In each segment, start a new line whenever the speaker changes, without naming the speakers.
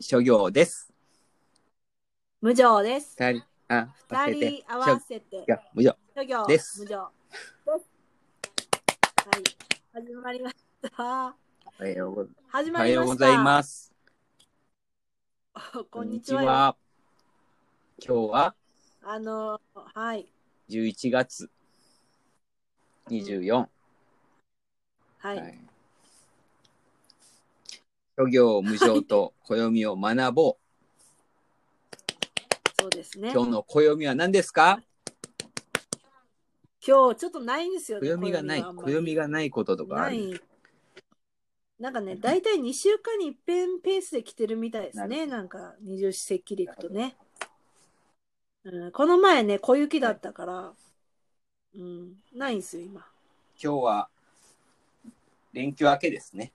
諸行です。
無常です。
二人、あ、
二
せて
人合わせ
諸、
て
行無常。
諸行
です
無常です。はい、始まりました。
おはようご
始
お
ま
は
り
よう
ま
ご
し
ざい
た。
ます。
こんにちは。。
今日は
あの、はい、
11月24。
はい、
はい諸行無常と暦を学ぼう。
そうです ね。
今
今日
日の暦は何ですか
ちょっとないんですよね。
暦がない、暦
が
がないこと
あ
と
ん
かあ
ま
る。
りない。なんかね、大体2週間に一遍ペースで来てるみたいです
なる
ね。なんか、二十四節気でいくとね。うん、この前ね、小雪だったから、うん、ないんですよ、今。
今日は連休明けですね。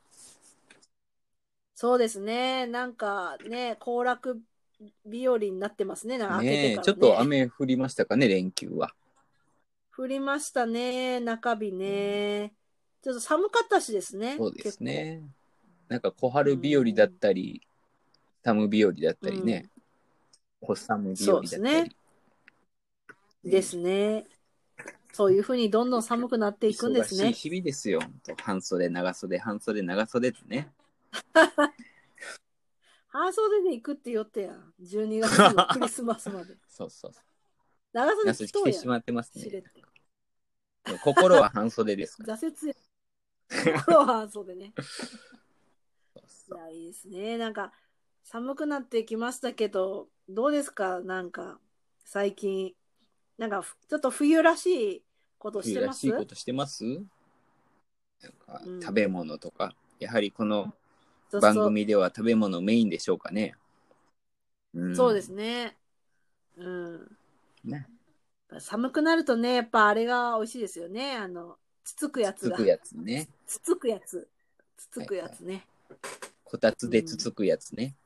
そうですね。なんかね、行楽日和になってますね。なんか明けてから
ね
ね
え、ちょっと雨降りましたかね、連休は。
降りましたね。中日ね。ちょっと寒かったしですね。
そうですね。なんか小春日和だったり、サム日和だったりね、小寒日和だったり。
そうですね結構。ですね。そういうふうにどんどん寒くなっていくんです
忙
ね。
しい日々ですよ。ほんと半袖、長袖、半袖、長袖ってね。
半袖で行くって言ってやん。12月のクリスマスま で。
そうそうそう。
長
皆
袖
さん
着
着
とう
て
やん。
しまってます
しれっ
ね。
と
心は半袖です から。
挫折 や。心は半袖ね。
そう
い
そう
や、いいですね。なんか、寒くなってきましたけど、どうですかなんか、最近。なんか、ふちょっと冬らしいことし
冬
て
ら
ま
し
す
いことしてますなんか
うん
食べ物とか、やはりこの
そう
番
そう
組では食べ物メインでしょうかね。うん
そうですね。うん。
ね。
寒くなるとね、やっぱあれが美味しいですよね。あの、つつくやつ
つ
が。
くやつね。
つつくやつ。つつくやつね。
こたつでつつくやつね。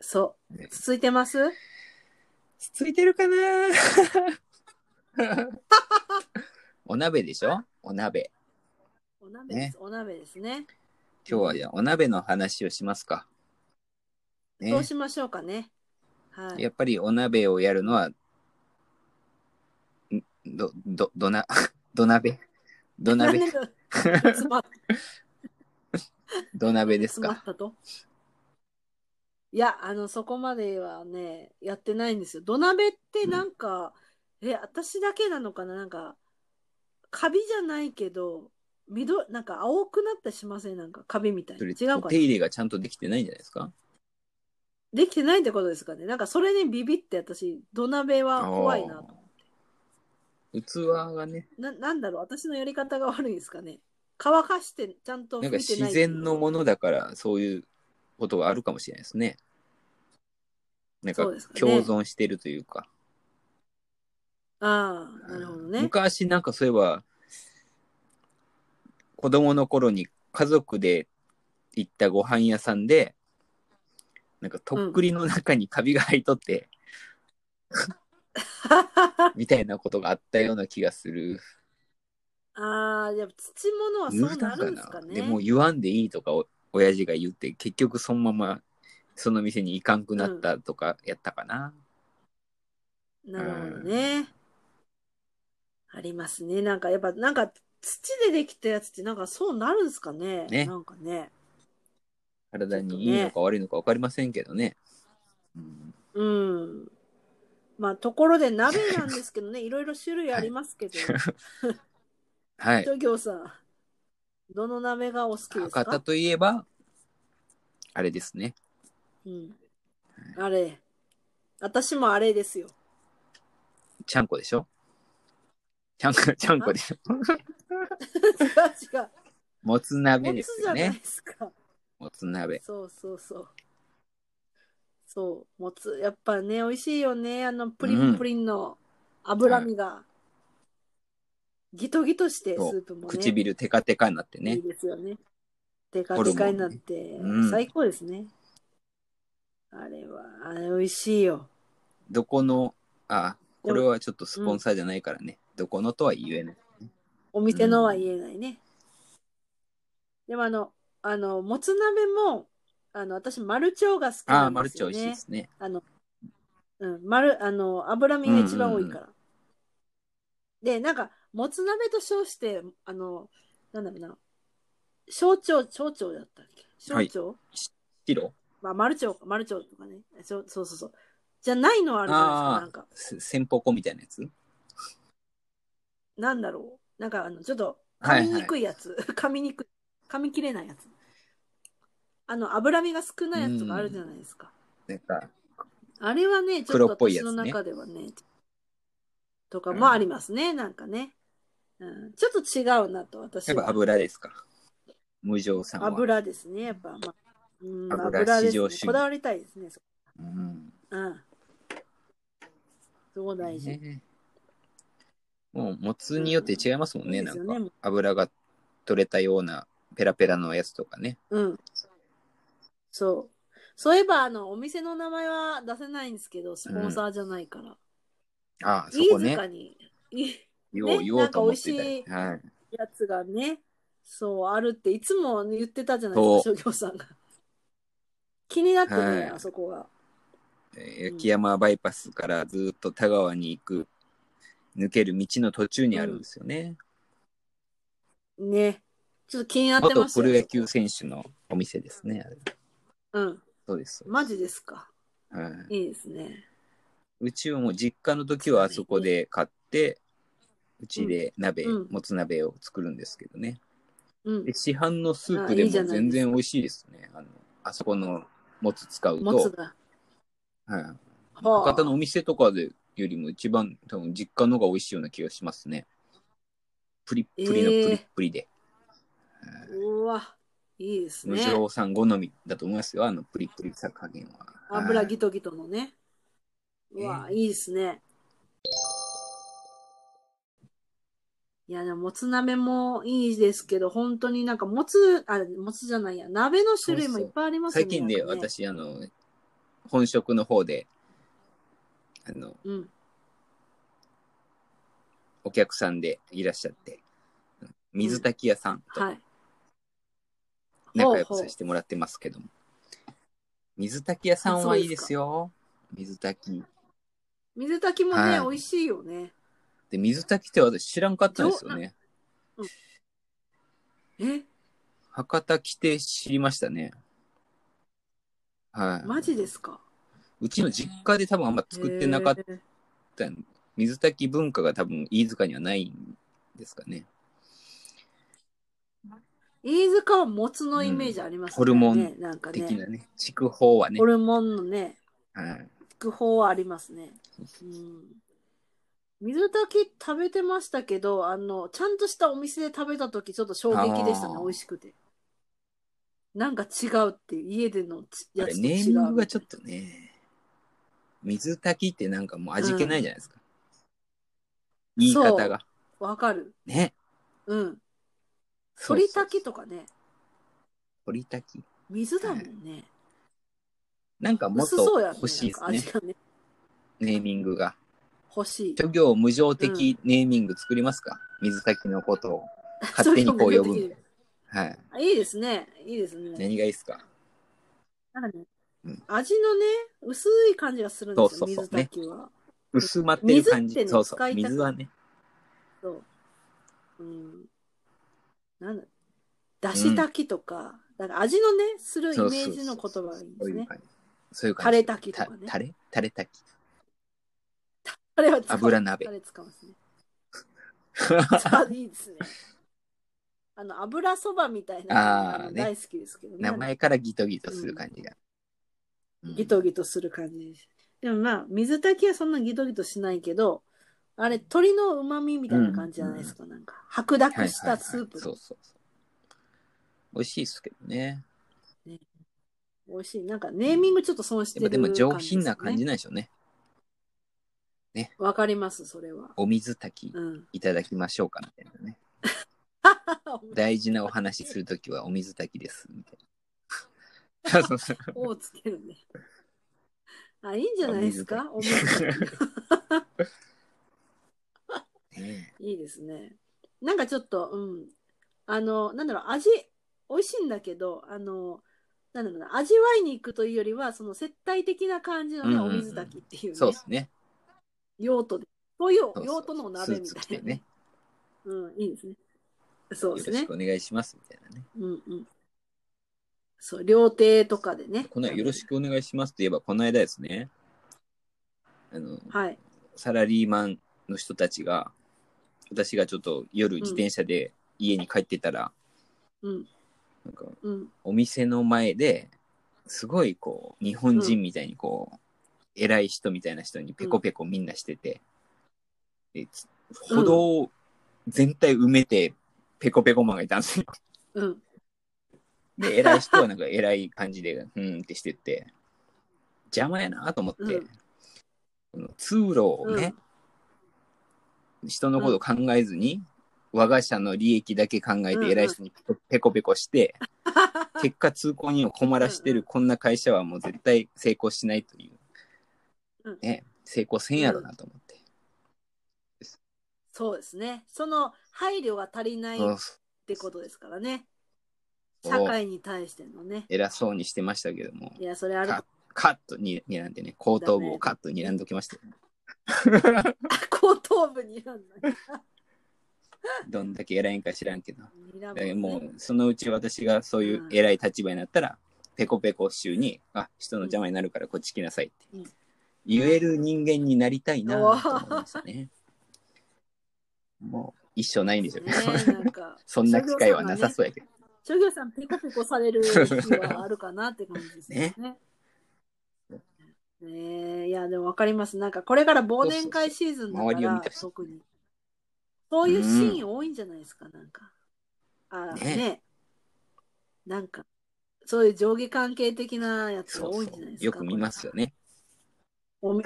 そう
ね。
つついてます
つついてるかな お鍋でしょお鍋。
お鍋です、お鍋ですね。
今日はじゃあお鍋の話をしますか。ね
どうしましょうかね。はい。
やっぱりお鍋をやるのは、んど、ど、どな、 ど鍋ど
な
鍋
ん、でつ ま
ど鍋です
詰まっ
か
たといやあのそこまではねやってないんですよ土鍋ってなんか、え私だけなのかななんかカビじゃないけど緑なんか青くなったりしませんなんかカビみたい
そ
な
れ、
違
お
うか
手
な
入れがちゃんとできてないんじゃないですか
できてないってことですかねなんかそれにビビって私土鍋は怖いなと
あー器がね、
ななんだろう私のやり方が悪いんですかね乾かしてちゃんと
なんか
拭いてな
自
い
然のものだから、そういうことがあるかもしれないですね。なんか
そうですかね
共存してるというか。
ああなるほどね
昔なんかそういえば子供の頃に家族で行ったご飯屋さんでなんかとっくりの中にカビが入っとって、 みたいなことがあったような気がする。
ああ、やっぱ土物はそうなるんですかね。
でも言わんでいいとかお親父が言って結局そのままその店に行かんくなったとかやったかな。
なるほどね。ありますね。なんかやっぱなんか土でできたやつってなんかそうなるんですかね。
ね
なんかね。
体にいいのか悪いのか分かりませんけどね。うん
うん。まあところで鍋なんですけど ね、いろいろ種類ありますけど、
はい。
諸行さん、どの鍋がお好きです
博多
か、
といえばあれですね。
うん、あれ。私もあれで すよ。
ちゃんこでしょちゃんこ、ちゃんこでしょ
違う違う。
もつ鍋
も
で
つ
す
じ
よ
ゃない
ね。
ですか。
もつ鍋。
そうそうそう。そう、もつ、やっぱね、美味しいよね。あの、プリンプリンの脂身が、ギトギトして、ス
そう
ープもね。
唇テカテカになって
い
ね
い。ですよね。でかでかになって、
ホルモンねうん
最高ですね。あれは、あれ美味しいよ。
どこの、あ、これはちょっとスポンサーじゃないからね。どこのとは言えない。
お店のは言えないね。でもあの、あの、もつ鍋も、あの、私、マルチョウが好き
あ
な
あ、
ん
マ
で
ル
す
チョ
よ
美味しい
ね
で。すね。
うん、丸、あの、脂身が一番多いから。で、なんか、もつ鍋と称して、あの、なんだろうな、小腸、小腸だったっけ小
はい
腸、
白
まあ、丸腸か、丸腸とかね。そうそうそうそう。じゃないのはあるじゃ
あー
ないですか。
せ先方粉みたいなやつ
なんか、なんだろう。なんか、あの、ちょっと、
は
噛み
いは
に
い。
くいやつ。 噛みにくい。噛み切れないやつ。あの、脂身が少ないやつとかあるじゃないですか。
なんか、
あれはね、ちょっ
黒っぽ
と
い
私
やつね
の中ではね、とかもありますね、なんかね。うん、ちょっと違うなと、私
やっぱ
は。
油ですか。無常さんは。
油ですね、やっぱ。まあうん、
油
油で
至
す
上
ね
主義。
こだわりたいですね。そ
うん。
うん。そこ大事。
ねもう、もつによって違いますもんね。
うん
な
そ
ん
うですよね
か、油が取れたような、ペラペラのやつとかね。
うん。そう。そういえば、あの、お店の名前は出せないんですけど、スポンサーじゃないから。
ああ、そこ
飯
ね
塚。に、いい
言おう、
ね
言おうと思って
なんか美味しい
た。はい。
やつがね、そう、あるっていつも言ってたじゃないですか、商業さんが。気になってね、
はい
あそこが。
えー雪山バイパスからずっと田川に行く、抜ける道の途中にあるんですよね。
ね。ちょっと気になって
元
ました
プロ野球選手のお店ですね。あれ
うん。
そうです。
マジですか。
はい
いいですね。
うちはもう実家の時はあそこで買って、うちで鍋、
うん
もつ鍋を作るんですけどね。
うん
で、。市販のスープ
あ
で
い
も
いじゃないですか
全然美味しいですね。あのあそこのもつ使う
もつ
と、
が。
はい、
は
博多のお店とかでよりも一番多分実家のが美味しいような気がしますね。プリップリの
えー
プリップリで。
うわ、いいです
無
ね。
常さん好みだと思いますよ、あのプリプリさ加減は。
油
は
ギ
い
トギトのね。うわ、いいですね。いや、でも、もつ鍋もいいですけど、本当になんか、もつ、あ、もつじゃないや、鍋の種類もいっぱいありますよね。
最近ね、
なんか
私、あの、本職の方で、あの、
うん。
お客さんでいらっしゃって、水炊き屋さんと
はい。
仲良く
ほうほう
させてもらってますけども。水炊き屋さんはいいですよ。水炊き。
水炊きもね、
はい
美味しいよね。
で、水炊きって私知らんかったんですよね。
え、
博多来て知りましたね。はい。
マジですか。
うちの実家で多分あんま作ってなかっ
へー
たん水炊き文化が多分飯塚にはないんですかね。
飯塚はもつのイメージあります
う
ね。
んホルモン
ね、なんか
的
ね。
なね。筑豊はね
ホ。ルモンのね、
はい。
筑豊はありますね。うん。水炊き食べてましたけど、あの、ちゃんとしたお店で食べたとき、ちょっと衝撃でしたね
あ、ー
美味しくて。なんか違うっていう、家でのち
あ
や
れ、
つと
ネ
違
ーミング
う。
がちょっとね、水炊きってなんかもう味気ないじゃないですか。言い方が。
わかる。
ね。
うん。
そう
鳥
そう
炊きとかね、
鳥炊き。
水だもんね。
なんかもっ
薄
と
そうやね。
欲しいで
なん
すね。
か味がね、
ネーミングが。
欲しい。
諸行無常的ネーミング作りますか、水炊きのこと を。勝手にこう呼ぶみたいな。はい。
あいいですね。いいですね。
何がいいですか
なんかね
うん
味のね、薄い感じがするんですよ、
そうそうそう
水炊きは。
薄まってる感じ。
水ってね
そうそ
使
う。
いたく
水はね。
そう。うん。なんだ、だし炊きとか、なんか味のね、するイメージの言葉がいいんで
そう
す
いう
ね。
感じ。そういう
タ
感
レ
じ。
炊きと
た
かね。
タレタレ炊き。
タレは使う。
油鍋
タ。レ使うんですね。あいいですね。あの、油そばみたいな
あー
のが
ね
大好きですけどね。
名前からギトギトする感じが。うん
ギトギトする感じです。でもまあ、水炊きはそんなギトギトしないけど、あれ、鶏の旨味みたいな感じじゃないですか。なんか、白濁したスープ。
そうそうそう。美味しいですけどね。
美味しい。なんか、ネーミングちょっと損して
やっぱ
る
で
感じ
も
ですね、
上品な感じなんでしょうね。
わかります、それは。
お水炊き
うん。
いただきましょうかみたいなね。大事なお話するときはお水炊きですみ たいな。そうそうそう
をつけるね。あ、いいんじゃないですかお水
ね
いいですね。なんかちょっと、うん。あの、なんだろう、味、美味しいんだけど、あの、なんだろうな、味わいに行くというよりは、その接待的な感じのね、
うんうんうん
お水炊きっていう,、ね
そうですね。
用途で。そういう
そうそう
用途のお鍋み
スーツ
た
着
い
て
な。
ね。
うん、いいですね。そう
よ
で
ろ
すね
しく。お願いしますみたいなね。
うんうん。そう、料亭とかでね。
この間よろしくお願いしますといえば、この間ですね、あの、
はい。
サラリーマンの人たちが、私がちょっと夜自転車で家に帰ってたら、
うん、
なんか
うん。
お店の前ですごいこう日本人みたいにこう、偉い人みたいな人にペコペコみんなしてて、でつ歩道を全体埋めてペコペコマンがいたんですよ。
うん。
で偉い人はなんか偉い感じでうんってしてて邪魔やなと思って、
うん
この通路をね、人のこと考えずに、我が社の利益だけ考え
うん
て
うん
偉い人にペコペコ して、結果通行人を困らして
うんう
るこんな会社はもう絶対成功しないという
うん、
ね、成功せんやろなと思って。
そうですね。その配慮が足りないっ
そうそ
てことですからね。
う
社会に対してのね。
偉そうにしてましたけども
い、や、それある。
かカッとに睨んでね、後頭部をカッと睨んどきましたよ。
後頭部にらんない。
どんだけ偉いんか知らんけど。
睨む
だけ
ね
どもうそのうち私がそういう偉い立場になったら、ペコペコ衆に、あ、人の邪魔になるからこっち来なさいって、
うん
言える人間になりたいなと思いましたね。もう一生ないんでしょうけど、
ねなんか
そんな機会はなさそうやけど。
諸行さんペコペコされる日はあるかなって感じですね。 ねえいやでも分かりますなんかこれから忘年会シーズンだか
そうそうそう周りを見
ら
てほしい
特にそういうシーン多いんじゃないですか、なんかあね
ね
なんかそういう上下関係的なやつが
そ
多
う
いん
そ
じゃないで
う。
す
よ
か
く見ますよね。
おみ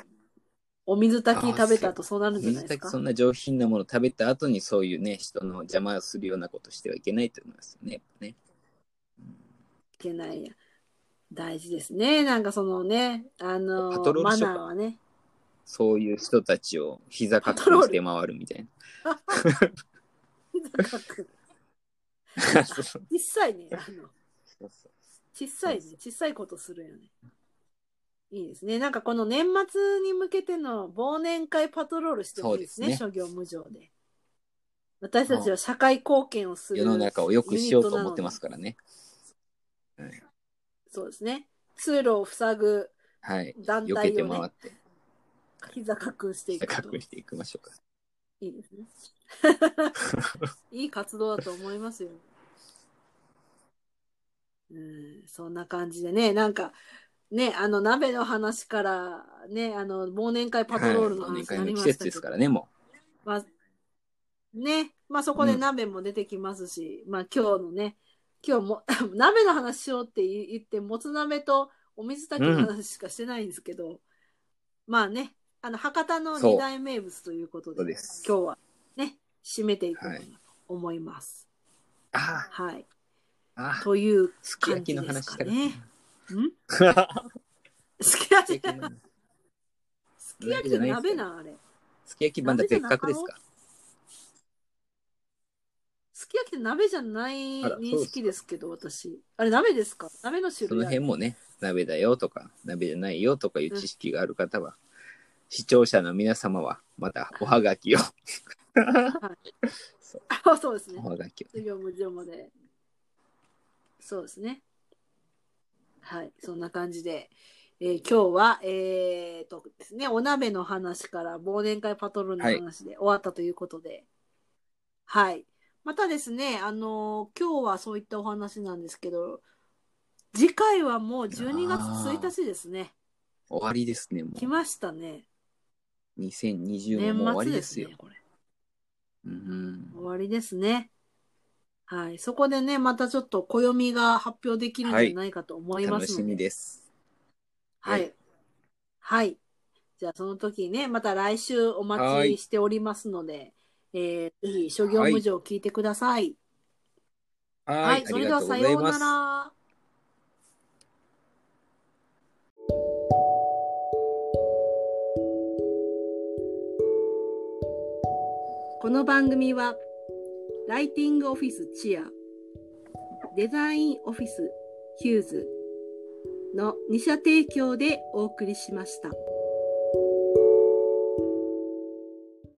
お水炊き食べた後そうなるんじゃない
水
です
炊き
か
そんな上品なもの食べた後にそういうね、人の邪魔をするようなことしてはいけないと思いますよね。やっぱね
いけないや大事ですねなんかそのねあの
パトロー
マ
ルしよう
ナ
か
ーはね
そういう人たちを膝かくにして回るみ たいな。 そうそう
小さいね。あの
そうそう
小さいね。小さいことするよね。いいですね。なんかこの年末に向けての忘年会パトロールしてほしいですね。
そ
諸行無常で。私たちは社会貢献をする。
世の中を良くしようと思ってますからね。
そうですね。通路を塞ぐ
はい。
団
避け
体
て
を
回
ね
っ、て、
膝隠していくと。
確認していきましょうか。
いいで すね。いい活動だと思いますよ。うん、そんな感じでね、なんか、ね、あの、鍋の話から、ね、あの、忘年会パトロールの
はい、忘年
話
会
になり
の
ま
季
し
節
たけ
で
ど、
すからね、も
まあ、ね、まあそこで
うん
鍋も出てきますし、まあ今日のね、今日も 鍋の話しようって言って、もつ鍋とお水炊きの話しかしてないんですけど、まあね、あの、博多の
そう
二大名物ということ
そう
で、
です
今日はね、締めていこう
はい
と思います。
う。あ
はい。
あ、ああ、
という
すき焼
感
き
じ
の
で
話
す
した
か
か
ね。ん
った。
すき焼
すき
き、
焼きの
すき焼きって鍋なんあれ。
すき焼き版だ別格ですか
すき焼きって鍋じゃない
あら
認識ですけど、私。あれ鍋ですか鍋の種
その
類ある
辺もね、鍋だよとか、鍋じゃないよとかいう知識がある方は、視聴者の皆様は、またおはがきを、
あそうですね
お。はがきを。
授業無料まで。そうですね。はい、そんな感じで。えー今日は、えー、とですね、お鍋の話から忘年会パトロールの話で終わったということで。はい。またですね、あのー今日はそういったお話なんですけど、次回はもう12月1日ですね。
終わりですね、も
来ましたね。
う。2020
年
年も終わ
末
り
で
ですす
ね
よ。、
これ。
うん
終わりですね。はい。そこでね、またちょっと暦が発表できるんじゃないかと思いま
楽
す
し
の
み
で。
です。
はい。はい。じゃあその時ね、また来週お待ちしておりますので、えー、ぜひ、諸行無常を聞いてください。
はい、
はい。
あ
そ
り
れで
が
は
とうござ
さよ
いうま
な
す。
ら。この番組は、ライティングオフィスチア、デザインオフィスヒューズの2社提供でお送りしました。